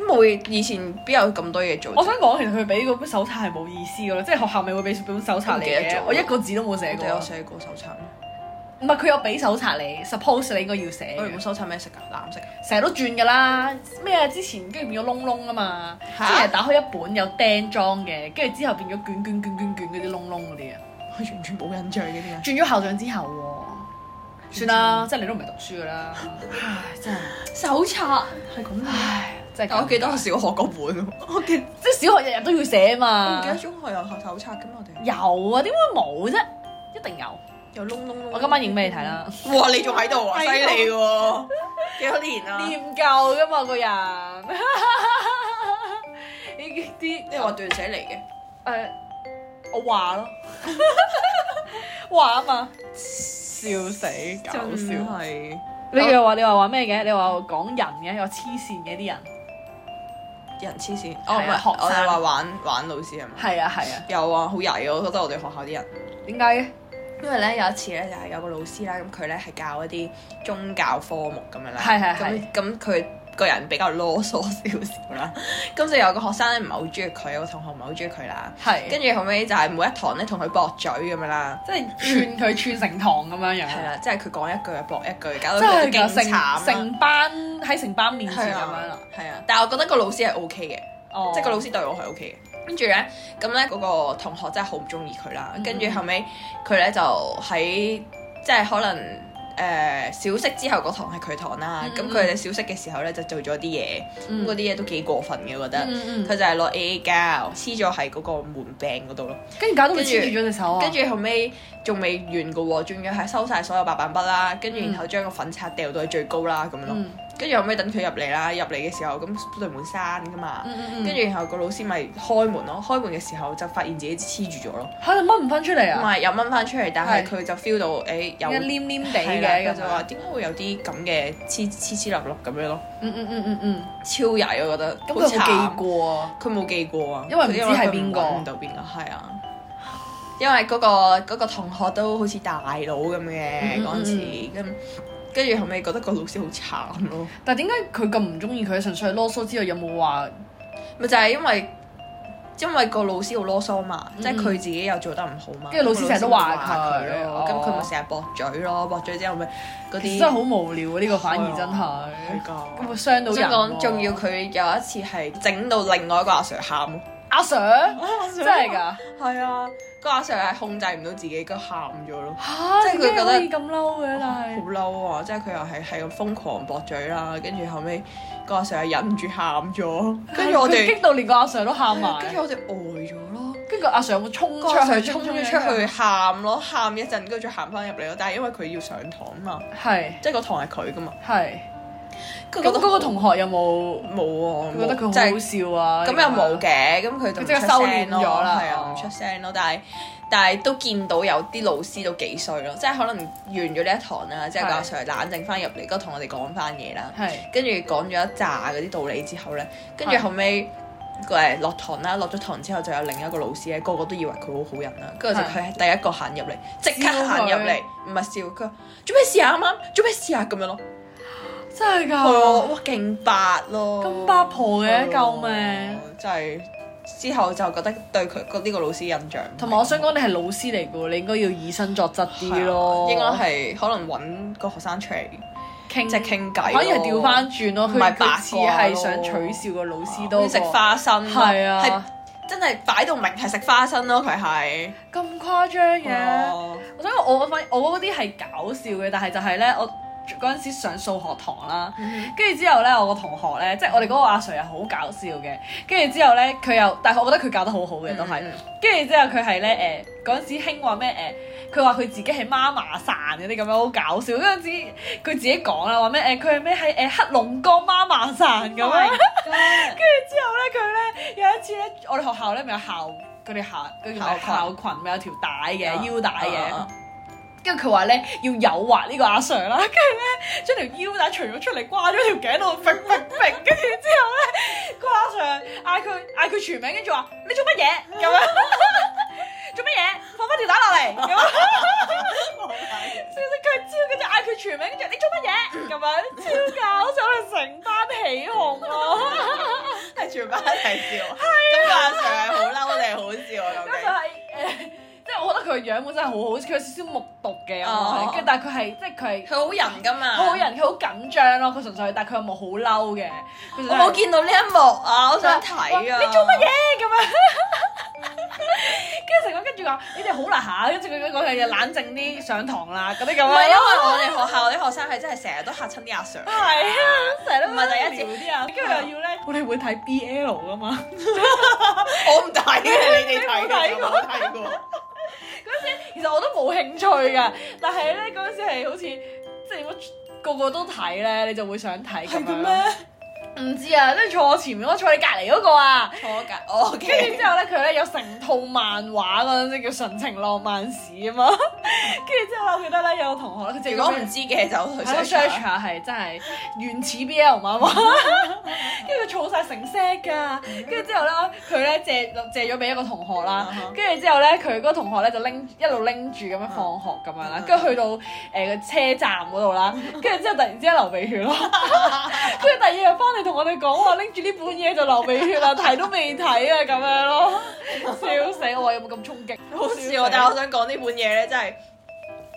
Speaker 1: 冇嘢以前邊有咁多嘢做啫？
Speaker 2: 我想講，其實佢俾嗰本手冊係冇意思噶咯，即係學校咪會俾本手冊
Speaker 1: 都
Speaker 2: 你
Speaker 1: 唔記得
Speaker 2: 嘅
Speaker 1: 咗。
Speaker 2: 我一個字都冇寫
Speaker 1: 我
Speaker 2: 過
Speaker 1: 哋。有寫過手冊咩，
Speaker 2: 唔係佢有俾手冊你，suppose 你應該要寫
Speaker 1: 我哋本
Speaker 2: 嘅。
Speaker 1: 手冊咩色㗎？藍色啊。
Speaker 2: 成日都轉㗎啦，咩啊？之前跟住變咗窿窿啊嘛，即
Speaker 1: 嚇
Speaker 2: 係打開一本有釘裝嘅，跟住之後變咗卷卷卷卷卷嗰啲窿窿嗰啲啊。
Speaker 1: 我完全冇印象嘅啲
Speaker 2: 轉咗校長之後喎，算啦，即係你都唔係讀書㗎啦。唉，真係，
Speaker 1: 手冊係咁嘅。
Speaker 2: 唉，真係咁。
Speaker 1: 但我記得我小學嗰本喎，我記
Speaker 2: 即係小學日日都要寫
Speaker 1: 我
Speaker 2: 嘛。
Speaker 1: 唔記得中學有手冊㗎嘛？我哋
Speaker 2: 有啊，點會冇啫？一定有。
Speaker 1: 有窿窿窿。
Speaker 2: 我今晚影俾你睇。啦。
Speaker 1: 哇！你仲喺度啊？
Speaker 2: 係
Speaker 1: 犀
Speaker 2: 啊
Speaker 1: 利喎！幾多年啊？
Speaker 2: 念舊噶嘛個人， 呢啲
Speaker 1: 你話斷捨離嘅，
Speaker 2: 誒，我話咯， 話啊嘛，笑死，搞笑。
Speaker 1: 係。
Speaker 2: 你又話你話話咩嘅？你話我講人嘅，又黐線嘅啲人。
Speaker 1: 人黐線，哦唔
Speaker 2: 係啊
Speaker 1: 係，
Speaker 2: 學
Speaker 1: 我
Speaker 2: 生
Speaker 1: 哋話玩玩老師係咪？
Speaker 2: 係啊係啊，
Speaker 1: 有啊，好曳啊！我覺得我哋學校啲人，
Speaker 2: 點解嘅？
Speaker 1: 因為咧有一次咧就係有個老師啦，咁佢咧係教一啲宗教科目咁樣啦，
Speaker 2: 係係係
Speaker 1: 咁咁佢個人比較囉嗦少少啦，咁就有個學生咧唔係好中意佢，有個同學唔係好中意佢啦，
Speaker 2: 係跟
Speaker 1: 跟住後尾就係每一堂咧同佢駁嘴咁樣啦。
Speaker 2: 即係串佢串成堂咁樣樣。
Speaker 1: 係啦，即係佢講一句就駁一句，搞到佢
Speaker 2: 即係啊
Speaker 1: 勁
Speaker 2: 成
Speaker 1: 慘啦
Speaker 2: 成班喺成班面前
Speaker 1: 係
Speaker 2: 咁樣啦
Speaker 1: 啊。，係啊，但係我覺得個老師係 O K 嘅。
Speaker 2: 哦
Speaker 1: 即係個老師對我係 OK 嘅。跟住咧，咁咧嗰個同學真係好唔中意佢啦
Speaker 2: 嗯。
Speaker 1: 跟住後尾，佢咧就喺即係可能誒、呃小息之後嗰堂係佢堂啦
Speaker 2: 嗯。
Speaker 1: 咁佢哋小息嘅時候咧就做咗啲嘢，咁
Speaker 2: 嗯
Speaker 1: 嗰啲嘢都幾過分嘅，我覺得。
Speaker 2: 嗯嗯
Speaker 1: 佢就係攞 A A 膠黐咗喺嗰個門柄嗰度咯，
Speaker 2: 跟住搞到佢
Speaker 1: 跟住
Speaker 2: 黐住咗隻手啊！
Speaker 1: 跟住後尾仲未完嘅喎，仲要係收晒所有白板筆啦，跟住然後將個粉刷掉到去最高啦咁樣咯，
Speaker 2: 嗯
Speaker 1: 跟住後尾等佢入嚟啦，入嚟嘅時候咁對門閂㗎嘛，
Speaker 2: 嗯
Speaker 1: 跟住然後個老師咪開門咯，開門嘅時候就發現自己黐住咗咯，
Speaker 2: 嚇你掹唔翻出嚟
Speaker 1: 唔
Speaker 2: 啊！
Speaker 1: 係又掹翻出嚟，但係佢就 feel 到誒有
Speaker 2: 有黏黏地
Speaker 1: 係啦
Speaker 2: 嘅
Speaker 1: 佢
Speaker 2: 咁啊
Speaker 1: 就話
Speaker 2: 樣。
Speaker 1: 啊點解會有啲咁嘅黐黐黐立立咁樣咯，
Speaker 2: 嗯嗯嗯嗯嗯，
Speaker 1: 超曳啊我覺得，
Speaker 2: 咁佢
Speaker 1: 好
Speaker 2: 冇
Speaker 1: 慘
Speaker 2: 記過啊！
Speaker 1: 佢冇記過啊，
Speaker 2: 因為唔知
Speaker 1: 佢佢
Speaker 2: 係邊個
Speaker 1: 揾唔到邊個，係啊，因為嗰、個嗰個同學都好似大佬咁嘅
Speaker 2: 嗯嗯
Speaker 1: 嗰陣時，咁跟住後尾覺得個老師好慘咯，
Speaker 2: 但係點解佢咁唔中意佢？純粹係囉嗦之外，有冇話
Speaker 1: 咪就係因為。因為個老師好囉嗦嘛，
Speaker 2: 嗯
Speaker 1: 即係佢自己又做得唔好嘛，
Speaker 2: 跟住老師成日都話佢
Speaker 1: 咁
Speaker 2: 咯
Speaker 1: 咁佢咪成日駁嘴咯，駁嘴之後咪嗰
Speaker 2: 其
Speaker 1: 啲
Speaker 2: 實真係好無聊啊！呢個反而真
Speaker 1: 係
Speaker 2: 係
Speaker 1: 㗎。
Speaker 2: 咁會傷到
Speaker 1: 我想
Speaker 2: 人喎。
Speaker 1: 講，仲要佢有一次係整到另外一個阿 Sir 喊咯，
Speaker 2: 阿 Sir，真係㗎，
Speaker 1: 係啊，個阿 Sir 係控制唔到自己，佢喊咗咯。
Speaker 2: 嚇，
Speaker 1: 即係佢覺得
Speaker 2: 點解可以咁嬲嘅，但
Speaker 1: 好
Speaker 2: 係
Speaker 1: 嬲啊！即係佢又係係咁瘋狂駁嘴啦，跟住後尾個阿 Sir 係忍唔住喊咗，跟住我
Speaker 2: 佢
Speaker 1: 哋
Speaker 2: 激到連個阿 Sir 都喊
Speaker 1: 跟
Speaker 2: 埋
Speaker 1: 住，我哋呆咗咯。
Speaker 2: 跟住個阿 Sir 會衝出
Speaker 1: 個阿 Sir
Speaker 2: 去，
Speaker 1: 衝咗
Speaker 2: 咗
Speaker 1: 出去，喊咯，喊一陣，跟住再行翻入嚟咯。但係因為佢要上堂啊嘛，
Speaker 2: 係
Speaker 1: 即係個堂係佢噶嘛。
Speaker 2: 係。
Speaker 1: 佢
Speaker 2: 咁嗰個同學有冇
Speaker 1: 冇啊，
Speaker 2: 覺得佢
Speaker 1: 即係
Speaker 2: 好好笑啊？
Speaker 1: 咁又冇嘅，咁佢就
Speaker 2: 佢
Speaker 1: 唔
Speaker 2: 即刻
Speaker 1: 出
Speaker 2: 收
Speaker 1: 聲
Speaker 2: 斂
Speaker 1: 咯
Speaker 2: 咗啦
Speaker 1: 係啊，
Speaker 2: 哦
Speaker 1: 唔出聲咯。但係但係都見到有啲老師都幾衰咯，即係可能完咗呢一堂啦，即係個
Speaker 2: 係
Speaker 1: 阿 Sir 冷靜翻入嚟，跟住同我哋講翻嘢啦。
Speaker 2: 係
Speaker 1: 跟住講咗一紮嗰啲道理之後咧，跟住
Speaker 2: 係
Speaker 1: 後尾誒落堂啦，落咗堂之後就有另一個老師咧，個個都以為佢好好人啦，跟住就
Speaker 2: 係
Speaker 1: 佢係第一個行入嚟，即刻行入
Speaker 2: 啊笑
Speaker 1: 嚟，唔係笑佢話做咩事啊啱啱，做咩事啊咁樣咯，係
Speaker 2: 真係
Speaker 1: 啊，
Speaker 2: 㗎，
Speaker 1: 哇勁白咯，
Speaker 2: 咁八婆嘅，
Speaker 1: 係啊
Speaker 2: 救命！！
Speaker 1: 就係之後就覺得對佢個呢個老師印象唔
Speaker 2: 同埋我想講，你係老師嚟嘅喎，你應該要以身作則
Speaker 1: 係啊
Speaker 2: 啲咯，
Speaker 1: 應該係可能揾個學生出嚟
Speaker 2: 傾
Speaker 1: 即係傾偈咯，
Speaker 2: 嗯可以係調翻轉咯，
Speaker 1: 唔係
Speaker 2: 佢
Speaker 1: 八卦
Speaker 2: 佢似係
Speaker 1: 咯
Speaker 2: 想取笑個老師
Speaker 1: 好
Speaker 2: 多
Speaker 1: 似食
Speaker 2: 過
Speaker 1: 花生咯
Speaker 2: 係啊
Speaker 1: 係真係擺到明係食花生咯，佢係。
Speaker 2: 咁誇張嘅。
Speaker 1: 哦
Speaker 2: 我想講我反我嗰啲係搞笑嘅，但係就係咧，我嗰陣時上數學堂啦，
Speaker 1: 嗯
Speaker 2: 跟住之後咧，我個同學咧，即係我哋嗰個阿 Sir 又好搞笑嘅，跟住之後咧，佢又，但係我覺得佢教得好好嘅都係
Speaker 1: 嗯嗯，
Speaker 2: 跟住之後佢係咧誒嗰陣時興話咩誒，佢話佢自己係媽媽散嗰啲咁樣好搞笑，嗰陣時佢自己講啦話咩誒，佢係咩喺誒黑龍江媽媽散咁樣。之後咧，佢咧有一次咧，我哋學校咧咪有校佢哋校佢叫咩
Speaker 1: 校
Speaker 2: 校裙咪有條帶嘅
Speaker 1: 啊
Speaker 2: 腰帶嘅
Speaker 1: 啊，
Speaker 2: 跟住佢話咧要誘惑呢個阿 Sir 啦， 跟住咧將條腰帶除咗出嚟掛咗條頸度，揈揈揈，跟住之後咧個阿 Sir 嗌佢嗌佢全名，跟住話你做乜嘢咁樣， 做乜嘢放翻條帶落嚟咁樣。笑死佢超，跟住嗌佢全名，跟住你做乜嘢咁樣，超搞笑，我哋成班起哄啊咯。
Speaker 1: 係全班一齊笑，咁個阿 Sir 係好嬲，我哋係好笑啊！
Speaker 2: 咁就係誒，即係我覺得佢個樣本身係好好，佢有少少目讀嘅，
Speaker 1: 哦
Speaker 2: 跟住但係佢係即係佢係
Speaker 1: 佢好人噶嘛
Speaker 2: 佢好，人，佢啊好緊張咯，佢純粹，但係佢又冇好嬲嘅，佢
Speaker 1: 我冇見到呢一幕啊，我想睇
Speaker 2: 哇
Speaker 1: 啊！
Speaker 2: 你做乜嘢咁樣？跟住成個跟住話你哋好啦嚇，跟住佢講嘢冷靜啲上堂啦，嗰啲咁
Speaker 1: 唔係因為
Speaker 2: 樣。
Speaker 1: 我哋學校啲學生係真係成日都嚇親啲阿 Sir，
Speaker 2: 係啊，成日都
Speaker 1: 唔係第一
Speaker 2: 次啲啊，跟住又要咧，我哋會睇 BL 噶嘛，
Speaker 1: 我唔睇嘅， 你哋睇
Speaker 2: 你
Speaker 1: 嘅，
Speaker 2: 冇睇過
Speaker 1: 我冇睇過。
Speaker 2: 其實我都冇興趣㗎，但係咧嗰陣時係好似即係乜個個都睇咧，你就會想睇咁樣？？唔知啊，跟住坐我前面，我坐你隔離嗰個啊。
Speaker 1: 坐隔我
Speaker 2: 跟住
Speaker 1: OK，
Speaker 2: 之後咧，佢咧有成套漫畫嗰陣時叫《純情浪漫史》啊嘛。跟住之後呢我記得咧有個同學咧，佢
Speaker 1: 如
Speaker 2: 就
Speaker 1: 果唔知嘅就去
Speaker 2: 喺度
Speaker 1: search
Speaker 2: search
Speaker 1: 下
Speaker 2: 下係真係原始 BL 漫畫，跟住佢儲晒成 set 㗎。跟住之後咧，佢咧借借咗俾一個同學啦
Speaker 1: 啊哈。
Speaker 2: 跟住之後咧，佢嗰個同學咧就拎一路拎住咁樣放學咁樣啦
Speaker 1: 啊。
Speaker 2: 跟住去到誒個車站嗰度 啦。跟住之後突然之間流鼻血咯。 跟住第二日翻嚟同我哋講話，拎住呢本嘢就流鼻 血啦，睇都未睇啊咁樣咯。笑死我！有冇咁衝擊？
Speaker 1: 好笑啊！但係我想講呢本嘢咧，真係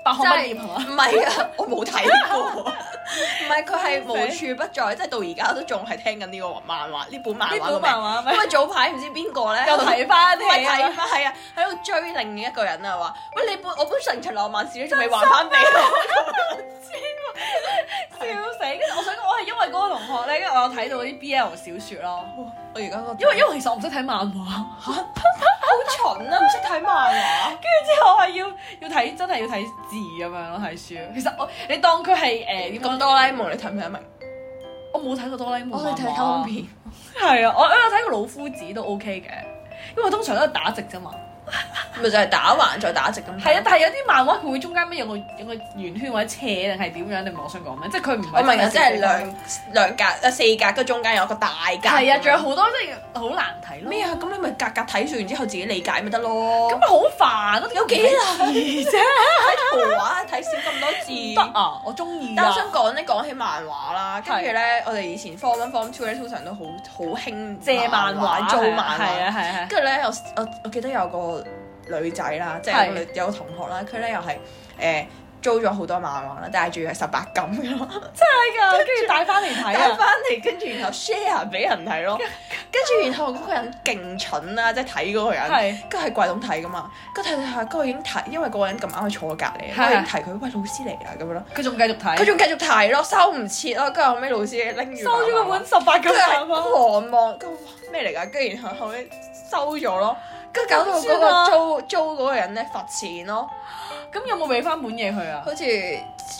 Speaker 2: 百看不
Speaker 1: 真係
Speaker 2: 厭係嘛？
Speaker 1: 唔係 啊，我冇睇過，唔係佢係無處不在，即係到而家都仲係聽緊呢個漫畫呢本漫
Speaker 2: 呢
Speaker 1: 畫個
Speaker 2: 本漫
Speaker 1: 名。
Speaker 2: 畫
Speaker 1: 因
Speaker 2: 咩？
Speaker 1: 為早排唔知邊個咧，
Speaker 2: 又睇翻
Speaker 1: 唔係
Speaker 2: 睇啊
Speaker 1: 睇！翻係啊，喺度追另一個人啊，話喂你本我本《純情浪漫史》你仲未還翻俾我，
Speaker 2: 笑死！跟住我想講，我係因為嗰個同學咧，跟住我有睇到啲 BL 小説咯。
Speaker 1: 我而家個
Speaker 2: 因為因為其實我唔識睇漫畫，
Speaker 1: 好蠢啊，唔識睇漫畫。
Speaker 2: 跟住之後我係要要睇真係要睇字咁樣咯，睇書。其實我你當佢係誒 點
Speaker 1: 咁
Speaker 2: 講？
Speaker 1: 哆啦 A 夢你睇唔睇啊得明？
Speaker 2: 我冇睇過哆啦 A 夢，
Speaker 1: 哋
Speaker 2: 漫畫
Speaker 1: 卡通。片。
Speaker 2: 係啊，我我有睇過老夫子都 OK 嘅，因為通常都係打直啫嘛。
Speaker 1: 咪就係打橫再打直咁。
Speaker 2: 係啊，，但係有啲漫畫佢會中間咩有個有個圓圈或者斜定係點樣？你明我想講咩？即係佢唔係
Speaker 1: 我明啊，即係
Speaker 2: 直
Speaker 1: 兩兩格啊四格，跟住中間有一個大格。
Speaker 2: 係啊，仲有好多即係好難睇咯。
Speaker 1: 咩啊？咁你咪格格睇完之後自己理解咪得咯。
Speaker 2: 咁咪好煩咯，
Speaker 1: 有幾
Speaker 2: 難啫？
Speaker 1: 圖畫睇少咁多字。
Speaker 2: 得啊，我中意
Speaker 1: 但
Speaker 2: 啊
Speaker 1: 我。想講咧，講起漫畫啦，跟住
Speaker 2: 係
Speaker 1: 咧，我哋以前 form one form two 咧，通常都好好興
Speaker 2: 借漫畫
Speaker 1: 租
Speaker 2: 係啊
Speaker 1: 漫畫。
Speaker 2: 係啊係啊，
Speaker 1: 跟住咧，我我我記得有個女仔啦，即係
Speaker 2: 係
Speaker 1: 有個女有個同學啦，佢咧又係誒租咗好多漫畫啦，但係仲要係十八禁嘅咯，
Speaker 2: 係㗎，跟住帶翻嚟睇
Speaker 1: 帶
Speaker 2: 啊！
Speaker 1: 翻嚟跟住然後 share 俾人睇 咯，跟住然後嗰個人勁蠢啦，即係睇嗰個人。
Speaker 2: 係
Speaker 1: 跟住喺櫃桶睇噶嘛，跟住睇睇下，跟住已經睇，因為嗰個人咁啱佢坐我隔離，跟
Speaker 2: 係
Speaker 1: 住已經提佢，喂老師嚟啦咁樣咯，
Speaker 2: 佢仲繼續睇
Speaker 1: 佢，仲繼續睇咯，收唔切咯，跟住後尾老師拎住
Speaker 2: 收咗嗰
Speaker 1: 漫畫
Speaker 2: 本十八
Speaker 1: 跟
Speaker 2: 咁
Speaker 1: 住
Speaker 2: 樣
Speaker 1: 係
Speaker 2: 咯。
Speaker 1: 狂望，跟住哇咩嚟㗎？跟住然後後尾收咗咯，跟住搞到嗰
Speaker 2: 點算啊
Speaker 1: 個租租嗰個人咧罰錢咯，
Speaker 2: 咁有冇俾翻本嘢佢啊？
Speaker 1: 好似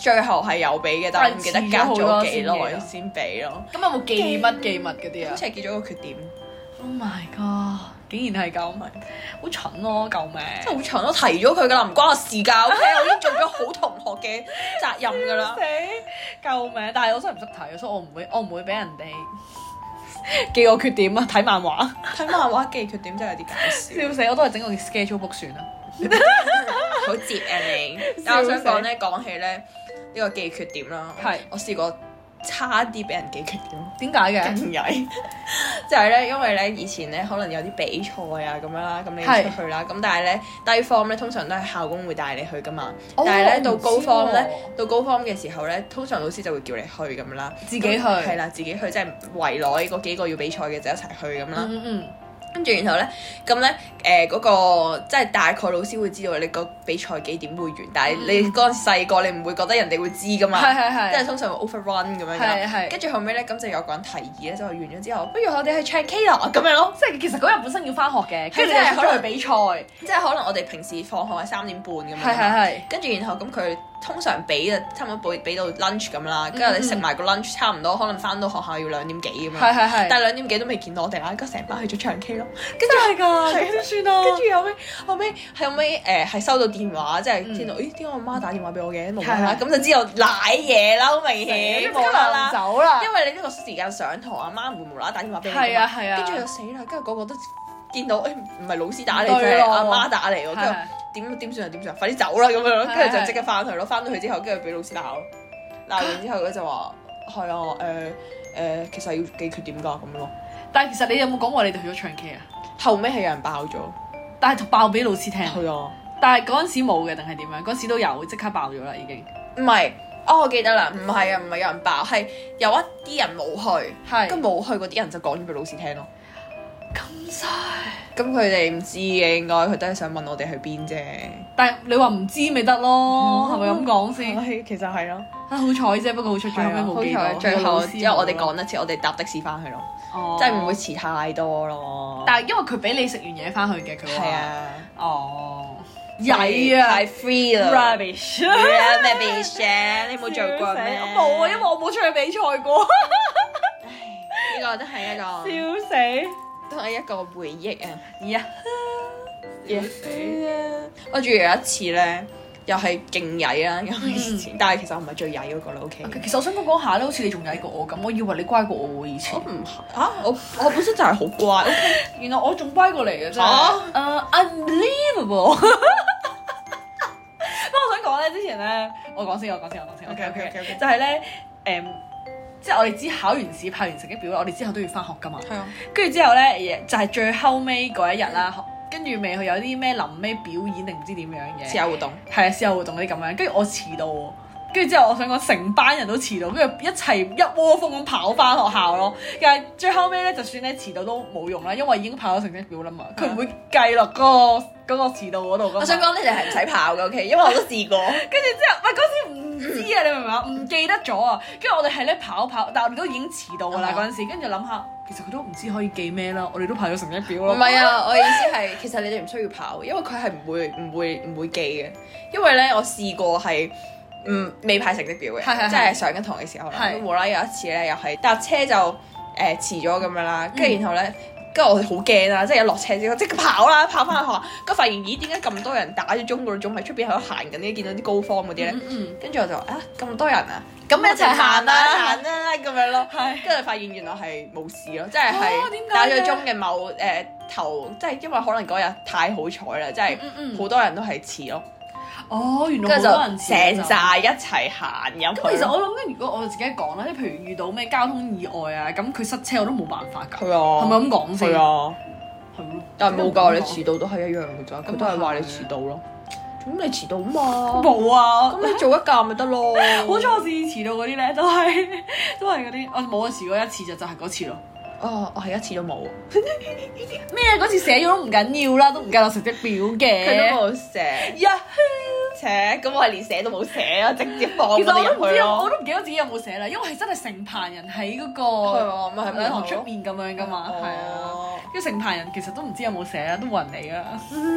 Speaker 1: 最後係有俾嘅，但係唔記得
Speaker 2: 但係
Speaker 1: 隔
Speaker 2: 遲咗好多
Speaker 1: 咗幾
Speaker 2: 先
Speaker 1: 耐
Speaker 2: 嘅
Speaker 1: 先俾咯，
Speaker 2: 咁有冇記乜記物嗰啲
Speaker 1: 好
Speaker 2: 啊
Speaker 1: 似係見咗個缺點，
Speaker 2: ？Oh my god！竟然係咁，好蠢咯！救命！
Speaker 1: 真係好長咯，提咗佢㗎啦，唔關我事㗎，OK，我已經 做咗好同學嘅責任㗎啦
Speaker 2: 死。！救命！但係我真係唔識睇，所以我唔會，我唔會俾人哋 記我缺點啊！睇漫畫，
Speaker 1: 睇漫畫記缺點真係有啲搞笑，
Speaker 2: 笑死！我都係整個 schedule book 算啦。
Speaker 1: 好接啊你！但
Speaker 2: 笑
Speaker 1: 我
Speaker 2: 死
Speaker 1: 想講咧，講起咧呢個記缺點啦，
Speaker 2: 係
Speaker 1: 我試過差啲俾人記缺點。
Speaker 2: 點解嘅？
Speaker 1: 勁曳， 就係咧，因為咧以前咧可能有啲比賽啊咁樣啦，咁你
Speaker 2: 係
Speaker 1: 出去啦，咁但係咧低 form 咧通常都係校工會帶你去噶嘛，但係
Speaker 2: 哦
Speaker 1: 咧到高 form 咧，到高 form 嘅時候咧，通常老師就會叫你去咁啦，
Speaker 2: 自己去
Speaker 1: 係啦，自己去即係圍內嗰幾個要比賽嘅就一齊去咁啦，
Speaker 2: 嗯嗯
Speaker 1: 跟住然後咧，咁咧誒嗰個即係大概老師會知道你個比賽幾點會完，但係你嗰陣時細個你唔會覺得人哋會知噶
Speaker 2: 嗯，
Speaker 1: 嘛，
Speaker 2: 係係
Speaker 1: 即係
Speaker 2: 係，
Speaker 1: 通常會 overrun 咁樣㗎
Speaker 2: 係係。
Speaker 1: 跟住後尾咧，咁就有個人提議咧，就話完咗之後，不如我哋去唱 K 啦咁樣咯。
Speaker 2: 即係其實嗰日本身要翻學嘅，
Speaker 1: 跟
Speaker 2: 跟
Speaker 1: 住你
Speaker 2: 住你
Speaker 1: 係
Speaker 2: 係
Speaker 1: 可
Speaker 2: 可
Speaker 1: 能
Speaker 2: 能去比賽，係
Speaker 1: 即係可能我哋平時放學係三點半咁樣。
Speaker 2: 係。係，
Speaker 1: 跟住然後咁佢通常俾就差唔多俾俾到 lunch 咁
Speaker 2: 嗯
Speaker 1: 啦，跟住你食埋個 lunch 差唔多，可能翻到學校要兩點幾咁
Speaker 2: 係
Speaker 1: 樣。
Speaker 2: 係係，
Speaker 1: 但係兩點幾都未見到我哋啦，跟住成班去咗唱 K 咯。
Speaker 2: 跟住係㗎，
Speaker 1: 係啊
Speaker 2: 咁點算啊？
Speaker 1: 跟住後尾後尾係後尾誒係收到電話，即係聽到咦點解我媽打電話俾我嘅無啦啦，
Speaker 2: 嗯係係
Speaker 1: 咁就知道賴嘢啦，好明
Speaker 2: 跟
Speaker 1: 顯
Speaker 2: 住
Speaker 1: 無啦啦。
Speaker 2: 走啦
Speaker 1: 因為你呢個時間上堂，阿媽唔會無啦啦打電話俾你㗎嘛
Speaker 2: 係啊係啊，
Speaker 1: 跟住就死啦，跟住個個都見到，誒哎唔係老師打你，就
Speaker 2: 對
Speaker 1: 係
Speaker 2: 咯
Speaker 1: 阿媽打你喎，
Speaker 2: 係係
Speaker 1: 跟住點點算啊點算啊，快啲走啦咁樣咯，
Speaker 2: 係
Speaker 1: 跟住就
Speaker 2: 係
Speaker 1: 即刻翻去咯，翻到去之後跟住俾老師鬧咯，鬧完之後佢就話係啊誒誒，其實要記缺點㗎咁樣咯，
Speaker 2: 但係其實你有冇講過你哋去咗唱 K 啊？
Speaker 1: 後尾係有人爆咗，
Speaker 2: 但係爆俾老師聽，
Speaker 1: 係啊，
Speaker 2: 但係嗰陣時冇嘅定係點樣？嗰陣時都有，即刻爆咗啦已經。
Speaker 1: 唔係。哦，我記得啦，唔係啊，唔係有人爆，係有一啲人冇去，
Speaker 2: 係
Speaker 1: 跟住冇去嗰啲人就講咗俾老師聽咯。
Speaker 2: 咁衰，
Speaker 1: 咁佢哋唔知嘅，應該佢都係想問我哋去邊啫。
Speaker 2: 但係你話唔知咪得
Speaker 1: 嗯
Speaker 2: 咯，係咪咁講 先？
Speaker 1: 唉其實係咯。啊
Speaker 2: 啊，好彩啫，不過好彩最後尾冇記
Speaker 1: 好
Speaker 2: 到
Speaker 1: 彩，最後
Speaker 2: 之
Speaker 1: 之後我哋講得切，我哋搭的士翻去咯，
Speaker 2: 講
Speaker 1: 即係唔會。遲太多咯。
Speaker 2: 哦但係因為佢俾你食完嘢翻去嘅，佢
Speaker 1: 係
Speaker 2: 話
Speaker 1: 啊，
Speaker 2: 哦，曳啊
Speaker 1: 太 free 啦
Speaker 2: ，rubbish，
Speaker 1: Yeah，咩 b i t 你冇做過咩？
Speaker 2: 我冇啊，因為我冇出去比賽過，
Speaker 1: 呢個都係一個
Speaker 2: 笑死，
Speaker 1: 都係一個回憶啊。
Speaker 2: 咦啊，
Speaker 1: Yeah 我仲有一次咧，又係勁曳啦，咁以前，但係其實我唔係最曳嗰個啦，OK。
Speaker 2: 其實我想講講下咧，好似你仲曳過我咁，我以為你乖過我喎以前
Speaker 1: 我，唔係啊，我我本身就係好乖，OK，
Speaker 2: 原來我仲乖過你嘅真
Speaker 1: 嚇
Speaker 2: 係，誒 unbelievable。不過我想講咧，之前咧，我講先，我講先，我講先
Speaker 1: OK，OK，OK，OK
Speaker 2: 就係咧，誒，即係我哋之考完試派完成績表啦，我哋之後都要翻學噶嘛。
Speaker 1: 係啊，
Speaker 2: 跟住之後咧，就係、最後尾嗰一日啦，跟住未去有啲咩臨尾表演定唔知點樣嘅，
Speaker 1: 自由活動。
Speaker 2: 係啊，私有活動嗰啲咁樣，跟住我遲到喎，跟住之後我想講成班人都遲到，跟住一齊一窩蜂咁跑翻學校咯。但係最後尾咧，就算咧遲到都冇用啦，因為已經跑咗成績表啦嘛，佢唔會計落嗰個嗰個遲到嗰度噶
Speaker 1: 我
Speaker 2: 嘛。
Speaker 1: 想講你哋係唔使跑嘅，OK，因為我都試過。
Speaker 2: 跟住之後，喂嗰時唔知啊，你明唔明啊？唔記得咗啊，跟住我哋係咧跑跑，但係我哋都已經遲到噶啦
Speaker 1: 啊
Speaker 2: 嗰陣時，跟住諗下，其實佢都唔知可以記咩啦，我哋都派咗成績表
Speaker 1: 唔
Speaker 2: 啦。
Speaker 1: 係啊，我意思係其實你哋唔需要跑，因為佢係唔會唔會唔會記嘅。因為咧，我試過係唔未派成績表
Speaker 2: 係係
Speaker 1: 嘅，
Speaker 2: 係
Speaker 1: 即係上緊堂嘅時候啦。
Speaker 2: 係
Speaker 1: 咁無啦啦有一次咧，又係搭車就誒、呃、遲咗咁樣啦，
Speaker 2: 嗯
Speaker 1: 跟住然後咧。跟住我好驚啦，即係一落車之後即刻跑啦，跑翻去學校，跟住發現咦點解咁多人打咗鐘個鐘喺出邊喺度行緊呢？見到啲高方嗰啲咧，
Speaker 2: 嗯嗯，
Speaker 1: 跟住我就話啊咁多人啊，咁
Speaker 2: 一齊行啦
Speaker 1: 行啦咁樣咯。
Speaker 2: 係。
Speaker 1: 跟住發現原來係冇事咯，即係
Speaker 2: 哦點
Speaker 1: 係
Speaker 2: 解
Speaker 1: 打咗鐘嘅某誒、呃、頭，即係因為可能嗰日太好彩啦，即係
Speaker 2: 嗯嗯，
Speaker 1: 好多人都係遲咯，
Speaker 2: 哦，原來
Speaker 1: 跟
Speaker 2: 好
Speaker 1: 住就
Speaker 2: 多人遲
Speaker 1: 成
Speaker 2: 到
Speaker 1: 扎一齊行入去咯。
Speaker 2: 其實我諗緊，如果我自己講啦，即係譬如遇到咩交通意外啊，咁佢塞車我都冇辦法㗎，
Speaker 1: 係啊，
Speaker 2: 係咪咁講先？
Speaker 1: 係啊，
Speaker 2: 係咯
Speaker 1: 但係冇㗎，你遲到都係一樣㗎咋，佢都係話你遲到咯。
Speaker 2: 啊咁你遲到嘛？
Speaker 1: 冇啊
Speaker 2: 咁你做一架咪得咯。
Speaker 1: 好彩我次次遲到嗰啲咧，都係 都係嗰啲，我冇啊遲過一次就就係嗰次咯。啊
Speaker 2: 哦，我係一次都冇。咩？嗰次寫咗都唔緊要啦，都唔計落成績表嘅。
Speaker 1: 佢都冇寫，
Speaker 2: 呀
Speaker 1: 且咁我係連寫都冇寫啊，直接放
Speaker 2: 其實
Speaker 1: 咗
Speaker 2: 我
Speaker 1: 你
Speaker 2: 都唔
Speaker 1: 入
Speaker 2: 知
Speaker 1: 去
Speaker 2: 我我
Speaker 1: 咯。
Speaker 2: 都唔記得自己有冇寫啦，因為係真係成棚人喺嗰
Speaker 1: 係
Speaker 2: 個
Speaker 1: 啊咪喺門口
Speaker 2: 兩堂出面咁樣噶嘛，係啊。
Speaker 1: 哦
Speaker 2: 跟住成棚人其實都唔知有冇寫啦，都冇人理啦，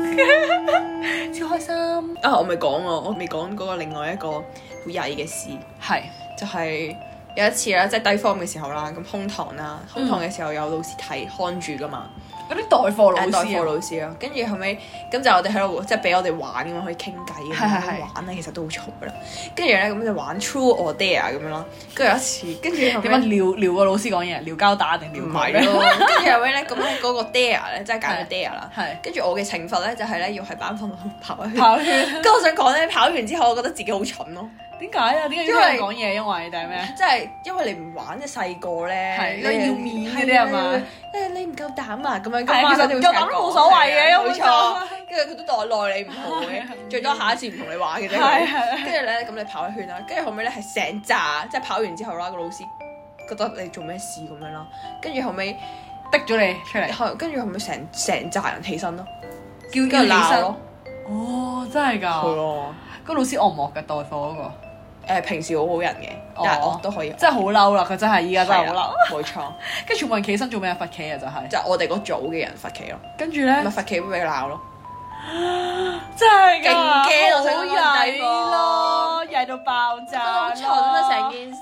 Speaker 1: 嗯
Speaker 2: 超開心。
Speaker 1: 啊，我未講喎，我未講嗰個另外一個好曳嘅事，
Speaker 2: 係
Speaker 1: 就係、有一次啦，即係低 form 嘅時候啦，咁空堂啦，
Speaker 2: 嗯
Speaker 1: 空堂嘅時候有老師睇看住噶嘛，
Speaker 2: 嗰啲代課老
Speaker 1: 誒代課
Speaker 2: 師
Speaker 1: 老
Speaker 2: 啊，
Speaker 1: 師啦，跟住後尾咁就我哋喺度即係俾我哋玩咁樣可以傾偈咁
Speaker 2: 係係係
Speaker 1: 樣玩咧，啊其實都好嘈噶啦，跟住咧咁就玩 True or Dare 咁樣啦，跟住有一次，跟住後
Speaker 2: 點樣
Speaker 1: 尾。
Speaker 2: 撩撩個老師講嘢，撩交打定撩
Speaker 1: 唔
Speaker 2: 佢
Speaker 1: 係咯，跟住後尾咧，咁咧嗰個 dare 咧，即係揀咗
Speaker 2: 係
Speaker 1: dare 啦。
Speaker 2: 係
Speaker 1: 跟住我嘅懲罰咧，就係咧要喺班房度跑一圈。
Speaker 2: 跑圈？
Speaker 1: 跟住我想講咧，跑完之後，我覺得自己好蠢咯，
Speaker 2: 點解啊？點解要聽我講嘢？因為定 係咩？
Speaker 1: 即係因為你唔玩嘅細個咧，
Speaker 2: 係
Speaker 1: 你
Speaker 2: 因為要面嗰啲係嘛？
Speaker 1: 誒你唔夠膽啊咁樣，
Speaker 2: 係
Speaker 1: 咁
Speaker 2: 其實唔夠膽都冇所謂嘅
Speaker 1: 啊冇
Speaker 2: 因為
Speaker 1: 錯。跟住佢都代耐你唔好嘅，最多下一次唔同你玩嘅啫。
Speaker 2: 係係
Speaker 1: 跟住咧，咁你跑一圈啦，跟住後尾咧係成扎，即係跑完之後啦，個老師覺得你做咩事咁樣啦，跟住後尾。
Speaker 2: 逼咗你出嚟，
Speaker 1: 係跟住係咪成成扎人起身咯？
Speaker 2: 叫
Speaker 1: 跟住
Speaker 2: 叫起
Speaker 1: 鬧
Speaker 2: 身
Speaker 1: 咯，
Speaker 2: 哦，真係
Speaker 1: 係
Speaker 2: 㗎！
Speaker 1: 咯。
Speaker 2: 個老師惡唔惡㗎？代課嗰個
Speaker 1: 誒，平時好好人嘅，
Speaker 2: 哦
Speaker 1: 但係我都可以。
Speaker 2: 真係好嬲啦！佢真係依家真係好嬲。
Speaker 1: 嬲，冇 錯，
Speaker 2: 跟住全部人企起身做咩啊？罰企啊，就係。
Speaker 1: 就係我哋嗰組嘅人罰企咯，
Speaker 2: 跟住咧
Speaker 1: 咪，罰企俾佢鬧 咯。
Speaker 2: 真係㗎，
Speaker 1: 勁驚啊我想
Speaker 2: 好
Speaker 1: 講咁低
Speaker 2: 曳咯，曳到爆炸
Speaker 1: 好
Speaker 2: 咯，
Speaker 1: 蠢啊！成件 事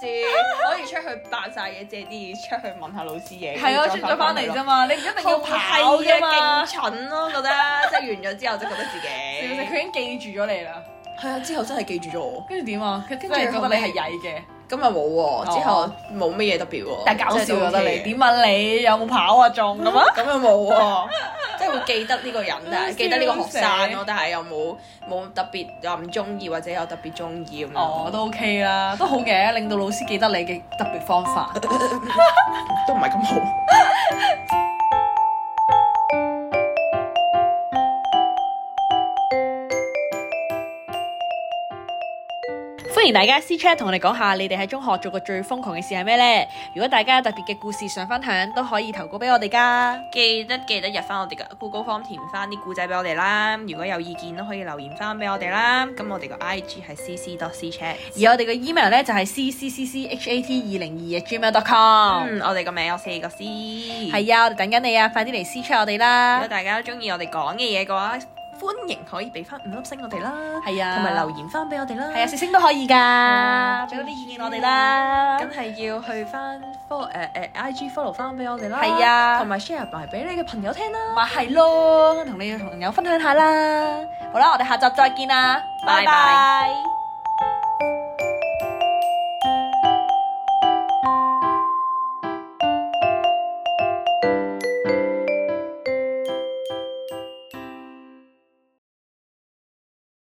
Speaker 1: 可以出去扮晒嘢，借啲嘢出去問下老師嘢。
Speaker 2: 係啊，出咗翻嚟啫嘛，你唔一定
Speaker 1: 好
Speaker 2: 要跑
Speaker 1: 嘅
Speaker 2: 㗎嘛。
Speaker 1: 勁蠢啊咯，覺得 即係完咗之後就覺得自
Speaker 2: 其實
Speaker 1: 己
Speaker 2: 佢已經記住咗你啦，
Speaker 1: 係啊，之後真係記住咗我。
Speaker 2: 跟住點啊？佢
Speaker 1: 跟
Speaker 2: 跟
Speaker 1: 住
Speaker 2: 住覺
Speaker 1: 後
Speaker 2: 得你
Speaker 1: 尾
Speaker 2: 係曳嘅，
Speaker 1: 咁啊冇喎，之後冇乜嘢特別喎。
Speaker 2: 哦但係搞笑
Speaker 1: 覺
Speaker 2: 覺得你點啊？你有冇跑啊？仲咁 啊？
Speaker 1: 咁又冇喎，即係會記得呢個人，但係記得呢個學生
Speaker 2: 笑
Speaker 1: 咯
Speaker 2: 死，
Speaker 1: 啊但係又冇冇特別又唔中意或者有特別中意咁樣。
Speaker 2: 哦，都 OK 啦，都好嘅，令到老師記得你嘅特別方法。
Speaker 1: 都唔係咁好。
Speaker 2: 歡迎大家私 chat 同我哋講下你哋喺中學做過最瘋狂嘅事係咩呢？如果大家有特別嘅故事想分享，都可以投稿俾我哋噶。
Speaker 1: 記得記得入翻我哋嘅 Google Form 填翻啲故仔俾我哋啦。如果有意見都可以留言翻俾我哋啦。咁我哋個 IG 係 cc dot c chat。
Speaker 2: 而我哋嘅 email 咧就係 c c c c h a t 二零二 gmail dot com。
Speaker 1: 嗯，我哋個名有四個 C。係。啊
Speaker 2: 係啊，我哋等緊你啊，快啲嚟私 chat 我哋
Speaker 1: 如
Speaker 2: 啦
Speaker 1: 果。大家都中意我哋講嘅嘢嘅話，歡迎可以俾翻五粒星我哋啦。
Speaker 2: 係啊
Speaker 1: 同埋留言翻俾我哋啦。
Speaker 2: 係啊，四星都可以㗎，
Speaker 1: 嗯
Speaker 2: 俾多啲意見我哋啦。
Speaker 1: 梗係要去翻 follow 誒誒 IG follow 翻俾我哋啦，
Speaker 2: 係啊
Speaker 1: 同埋 share 埋俾你嘅朋友聽啦，
Speaker 2: 咪係咯，同你嘅朋友分享下啦。好啦，我哋下集再見啦，啊
Speaker 1: 拜拜
Speaker 2: 拜拜